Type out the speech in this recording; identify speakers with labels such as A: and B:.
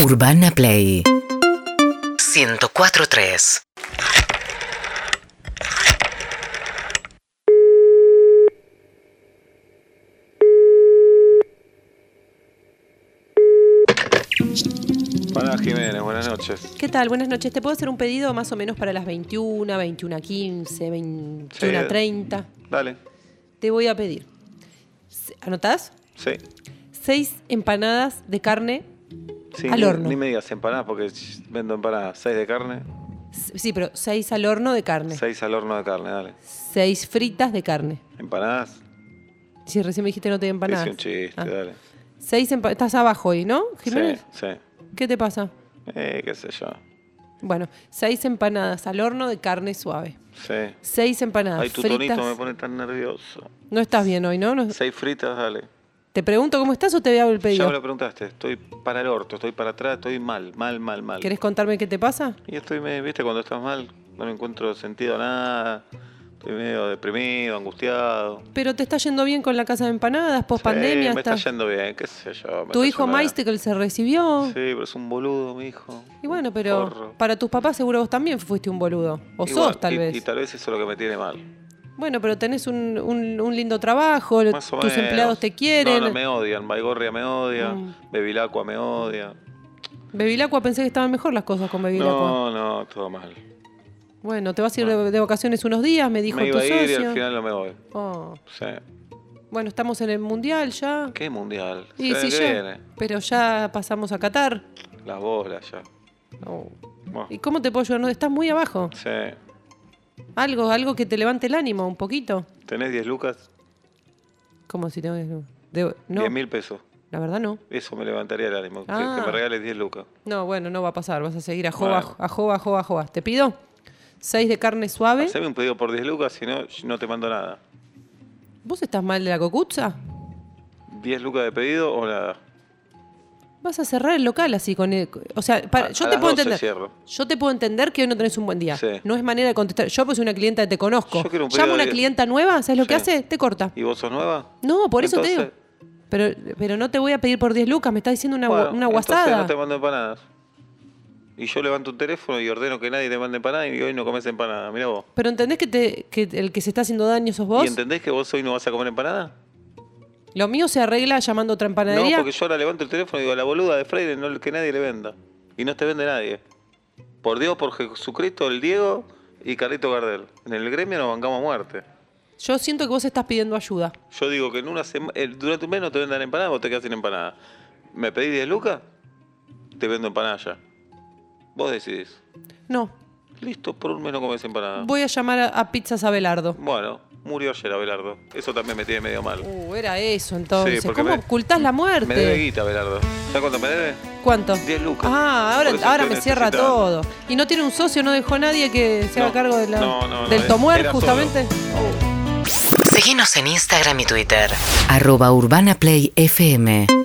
A: Urbana Play 104.3
B: Hola Jiménez, buenas noches.
C: ¿Qué tal? Buenas noches. ¿Te puedo hacer un pedido más o menos para las 21, 21.15,
B: Sí.
C: 21.30?
B: Dale,
C: Te voy a pedir. S- ¿Anotás?
B: sí.
C: Seis empanadas de carne.
B: sí
C: Al
B: ni,
C: horno.
B: Ni me digas empanadas porque ch, vendo empanadas. Seis de carne,
C: S- Sí, pero seis al horno de carne.
B: seis al horno de carne, dale.
C: Seis fritas de carne.
B: Empanadas,
C: Si recién me dijiste no te doy empanadas.
B: hice un chiste,
C: Ah.
B: dale.
C: Seis empanadas. Estás abajo hoy, ¿no, Jiménez?
B: Sí, sí.
C: ¿Qué te pasa?
B: Eh, qué sé yo.
C: Bueno, seis empanadas al horno de carne suave.
B: Sí.
C: Seis empanadas
B: Ay, tu
C: Ah, fritas. Mm.
B: tonito me pone tan nervioso.
C: No estás bien hoy, ¿no? No-
B: Seis fritas, dale.
C: ¿Te pregunto cómo estás o te hago el
B: Ya
C: pedido?
B: me lo preguntaste, estoy para el orto, estoy para atrás, estoy mal, mal, mal, mal.
C: ¿Querés contarme qué te pasa?
B: Y estoy, medio, viste, cuando estás mal, no le encuentro sentido a nada. Estoy medio deprimido, angustiado.
C: Pero te está yendo bien con la casa de empanadas, post
B: Sí,
C: pandemia.
B: me está yendo bien, qué sé yo. me
C: Tu
B: está
C: hijo
B: yendo bien.
C: Maistekel se recibió.
B: Sí, pero es un boludo, mi hijo.
C: Y bueno, pero
B: Forro.
C: para tus papás seguro vos también fuiste un boludo. O
B: Y
C: sos
B: bueno,
C: tal
B: y-
C: vez.
B: Y tal vez eso es lo que me tiene mal.
C: Bueno, pero tenés un, un- un lindo trabajo, lo-
B: Más o
C: tus
B: menos.
C: empleados te quieren. Mm.
B: No, no, me odian. Baigorria me odia. Bevilacqua me odia.
C: Bevilacqua pensé que estaban mejor las cosas con Bevilacqua.
B: No, no, todo mal.
C: Bueno, te vas a ir de, de vacaciones unos días, me dijo
B: me
C: tu
B: iba a ir y
C: socio.
B: al final no me voy.
C: Oh.
B: Sí.
C: Bueno, estamos en el mundial ya.
B: ¿Qué mundial?
C: Y
B: ¿Sabés
C: si
B: qué
C: ya,
B: viene?
C: pero ya pasamos a Qatar.
B: Las bolas ya.
C: Oh.
B: Bueno,
C: ¿Y cómo te puedo ayudar? No, estás muy abajo.
B: sí.
C: Algo, algo que te levante el ánimo un poquito.
B: ¿Tenés 10 lucas?
C: Como si tengo que- debo- No,
B: 10 mil pesos.
C: la verdad no.
B: Eso me levantaría el ánimo. que-
C: Ah.
B: Que, me regales 10 lucas.
C: No, bueno, no va a pasar. Vas a seguir a joba,
B: Bueno.
C: a joba, a joba, a joba. Te pido seis de carne suave.
B: Haceme un pedido por 10 lucas, si no, yo no te mando nada.
C: ¿Vos estás mal de la cocucha?
B: ¿10 lucas de pedido o nada?
C: Vas a cerrar el local así con el- O sea, para-
B: A-
C: yo
B: a
C: te
B: las
C: puedo
B: 12
C: entender.
B: cierro.
C: Yo te puedo entender que hoy no tenés un buen día.
B: Sí.
C: No es manera de contestar. Yo pues soy una clienta que te conozco.
B: Yo quiero un pedido
C: Llamo a una
B: de-
C: clienta nueva, ¿sabes lo que
B: Sí.
C: hace? Te corta.
B: ¿Y vos sos nueva?
C: No, por eso te digo.
B: Entonces-
C: Pero, pero no te voy a pedir por 10 lucas, me está diciendo una,
B: Bueno,
C: una
B: entonces
C: guasada.
B: no te mando empanadas. Y yo levanto un teléfono y ordeno que nadie te mande empanada y hoy no comes empanada. Mira vos.
C: Pero entendés que, te- que el que se está haciendo daño sos vos.
B: ¿Y entendés que vos hoy no vas a comer empanada?
C: Lo mío se arregla llamando a otra
B: No,
C: empanadería.
B: porque yo ahora levanto el teléfono y digo, la boluda de Freire, no, que nadie le venda. Y no te vende nadie. Por Dios, por Jesucristo, el Diego y Carlito Gardel. En el gremio nos bancamos a muerte.
C: Yo siento que vos estás pidiendo ayuda.
B: Yo digo que en una sema- eh, durante un mes no te vendan empanada, vos te quedás sin empanada. ¿Me pedís 10 lucas? Te vendo empanada ya. Vos decidís.
C: No,
B: Listo, por un mes no comes empanada.
C: voy a llamar a, a Pizzas Abelardo.
B: Bueno, murió ayer Abelardo. Eso también me tiene medio mal.
C: Uh, era eso entonces.
B: Sí, porque
C: ¿Cómo
B: me-
C: ocultás la muerte?
B: Me debe guita Abelardo. ¿Sabes cuánto me debe?
C: ¿Cuánto?
B: 10 lucas.
C: Ah, ahora,
B: Por eso
C: ahora me
B: estoy
C: cierra
B: necesitando.
C: todo. Y no tiene un socio, no dejó nadie que se haga
B: No,
C: cargo de la-
B: no, no, no,
C: del
B: era-
C: tomuer,
B: era
C: justamente.
A: Seguinos en Instagram y Twitter Arroba Urbana Play FM